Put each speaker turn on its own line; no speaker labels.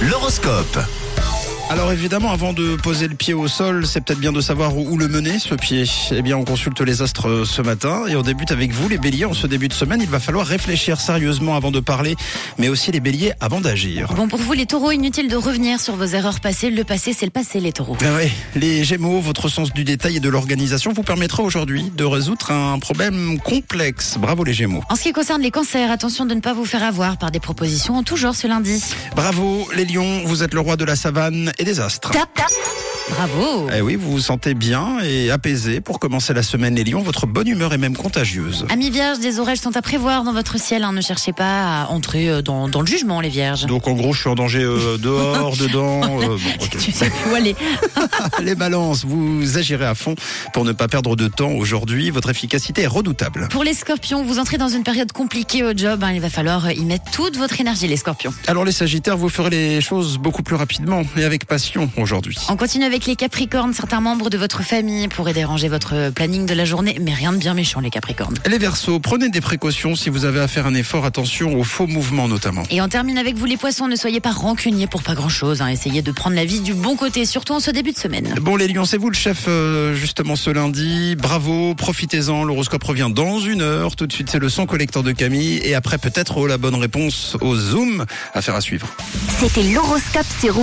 l'horoscope.
Alors évidemment, avant de poser le pied au sol, c'est peut-être bien de savoir où le mener, ce pied. Eh bien, on consulte les astres euh, ce matin et on débute avec vous, les béliers. En ce début de semaine, il va falloir réfléchir sérieusement avant de parler, mais aussi les béliers avant d'agir.
Bon, pour vous les taureaux, inutile de revenir sur vos erreurs passées. Le passé, c'est le passé, les taureaux.
Ah ouais, les Gémeaux, votre sens du détail et de l'organisation vous permettra aujourd'hui de résoudre un problème complexe. Bravo les Gémeaux.
En ce qui concerne les cancers, attention de ne pas vous faire avoir par des propositions en tout genre ce lundi.
Bravo les Lions, vous êtes le roi de la savane et des astres.
Tap, tap. Bravo
Eh oui, vous vous sentez bien et apaisé pour commencer la semaine les Lions. Votre bonne humeur est même contagieuse.
Amis vierges, des orages sont à prévoir dans votre ciel. hein. Ne cherchez pas à entrer euh, dans, dans le jugement, les vierges.
Donc en gros, je suis en danger euh, dehors, dedans. euh, bon, ok.
Tu sais plus où aller.
Les balances, vous agirez à fond pour ne pas perdre de temps aujourd'hui. Votre efficacité est redoutable.
Pour les scorpions, vous entrez dans une période compliquée au job. hein. Il va falloir euh, y mettre toute votre énergie, les scorpions.
Alors les sagittaires, vous ferez les choses beaucoup plus rapidement et avec passion aujourd'hui.
On continue avec les capricornes. Certains membres de votre famille pourraient déranger votre euh, planning de la journée. Mais rien de bien méchant, les capricornes.
Les Verseaux, prenez des précautions si vous avez à faire un effort, attention aux faux mouvements notamment.
Et on termine avec vous les poissons, ne soyez pas rancuniers pour pas grand chose, essayez de prendre la vie du bon côté, surtout en ce début de semaine.
Bon les lions, c'est vous le chef euh, justement ce lundi, bravo, profitez-en, l'horoscope revient dans une heure, tout de suite c'est le son collecteur de Camille et après peut-être oh, la bonne réponse au Zoom, affaire à suivre.
C'était l'horoscope sur Rouge.